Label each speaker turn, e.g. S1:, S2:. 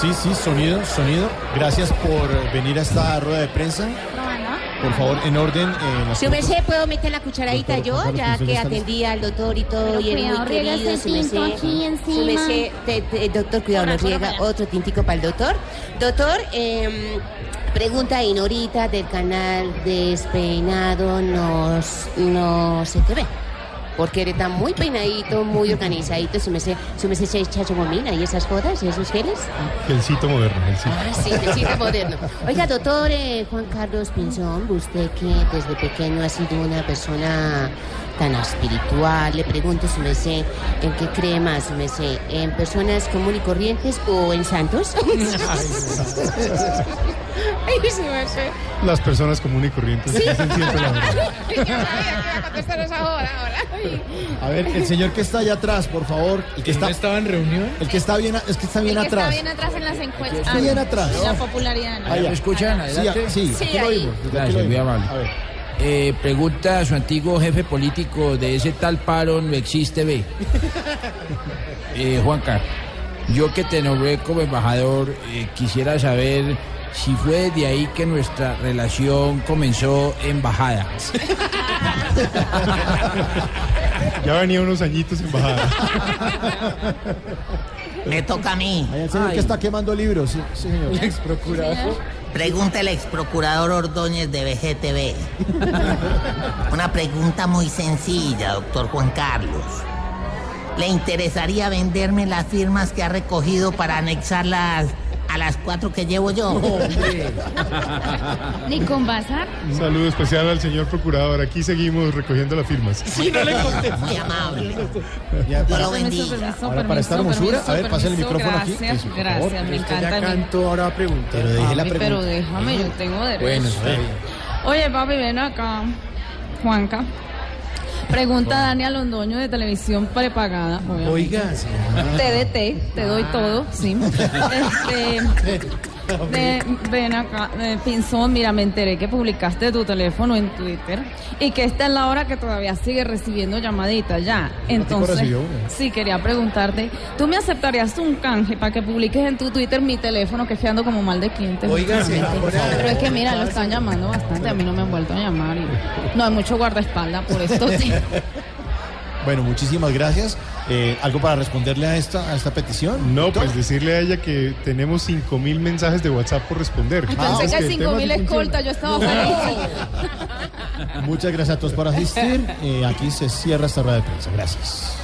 S1: Sí, sí, sonido, sonido. Gracias por venir a esta rueda de prensa. Por favor, en orden. Eh, las
S2: Su merced, ¿puedo meter la cucharadita
S1: Doctor,
S2: yo?
S1: por favor,
S2: ya
S1: usted
S2: que
S1: ya está
S2: atendí al doctor y todo,
S3: Pero
S2: y él muy
S3: cuidado, riega
S2: querido,
S3: ese
S2: su merced.
S3: tinto aquí encima.
S2: Su merced, te- te- doctor, cuidado,
S3: Corra,
S2: nos
S3: corra
S2: riega
S3: para allá.
S2: otro tintico para el doctor. Doctor, eh, pregunta de Inorita del canal Despeinado nos, no se te ve. Porque eres tan muy peinadito, muy organizadito, su merced, su merced se echa chocomina y esas jodas y esos geles.
S1: Gelcito moderno, gelcito.
S2: Ah, sí, del cine moderno. Oiga, doctor eh, Juan Carlos Pinzón, usted que desde pequeño ha sido una persona tan espiritual, le pregunto, su merced, ¿en qué cree más, su merced? ¿En personas comunes y corrientes o en santos? Ay, su merced.
S1: Las personas comunes y corrientes dicen siempre la verdad.
S2: Ay, yo sabía que iba a contestar esa hora, ahora. Ay.
S1: A ver, el señor que está allá atrás, por favor. El que está,
S4: estaba en reunión?
S1: el que está bien, a- es que está bien
S3: El que está
S1: atrás.
S3: bien atrás en las encuestas.
S1: Está bien atrás.
S3: En La popularidad. ¿no?
S1: Ahí
S5: ¿Me escuchan?
S1: Sí, a-
S5: Adelante.
S1: sí,
S3: Sí,
S1: aquí lo
S3: ahí.
S1: oímos, desde aquí lo
S5: Gracias, muy
S1: oímos.
S5: amable.
S1: A ver.
S5: Eh, pregunta a su antiguo jefe político de ese tal paro no existe, ve. Eh, Juanca, yo que te nombré como embajador, eh, quisiera saber si fue de ahí que nuestra relación comenzó embajada.
S1: Ya venía unos añitos en bajada.
S6: Me toca a mí.
S1: Ahí el señor
S5: Ay.
S1: que está quemando libros, sí, sí, señor. Ex procurador.
S6: Pregunta el ex procurador Ordóñez de BGTV. Una pregunta muy sencilla, doctor Juan Carlos. ¿Le interesaría venderme las firmas que ha recogido para anexarlas a las cuatro que llevo yo?
S3: Ni con bazar.
S7: Un saludo especial al señor procurador. Aquí seguimos recogiendo las firmas.
S6: Muy amable.
S1: Ya,
S6: Dios
S1: para-
S6: lo bendiga.
S1: Ahora, para esta hermosura, a ver, pásale el micrófono aquí.
S8: gracias,
S1: Eso, por
S8: gracias,
S1: favor.
S8: me
S1: Usted ya
S8: encanta.
S1: canta.
S8: mi-
S5: ahora pregunta.
S1: Pero deje la
S8: Papi, pero
S1: pregunta.
S8: déjame, yo tengo derecho.
S5: Bueno, está bien.
S8: Oye, papi, ven acá, Juanca. Pregunta a Dani Londoño de televisión prepagada. obviamente.
S5: Oiga,
S8: TDT, te doy todo, sí. Este, de- ven acá, eh, Pinzón, mira, me enteré que publicaste tu teléfono en Twitter y que esta es la hora que todavía sigue recibiendo llamaditas ya. Entonces,
S1: recibió una.
S8: sí, quería preguntarte, ¿tú me aceptarías un canje para que publiques en tu Twitter mi teléfono que estoy quedando como mal de cliente?
S5: Oiga,
S8: últimamente?
S5: señora, por favor.
S8: Pero es que mira, lo están llamando bastante, a mí no me han vuelto a llamar y no hay mucho guardaespaldas por esto, sí.
S1: Ah, Bueno, muchísimas gracias. Eh, ¿Algo para responderle a esta, a esta petición?
S7: No,
S1: doctor?
S7: pues decirle a ella que tenemos 5.000 mensajes de WhatsApp por responder.
S1: Ah,
S8: Pensé
S1: es
S8: que
S1: que el tema
S8: 5.000
S1: sí funciona.
S8: escoltas, yo estaba feliz.
S1: Muchas gracias a todos por asistir. Eh, aquí se cierra esta rueda de prensa. Gracias.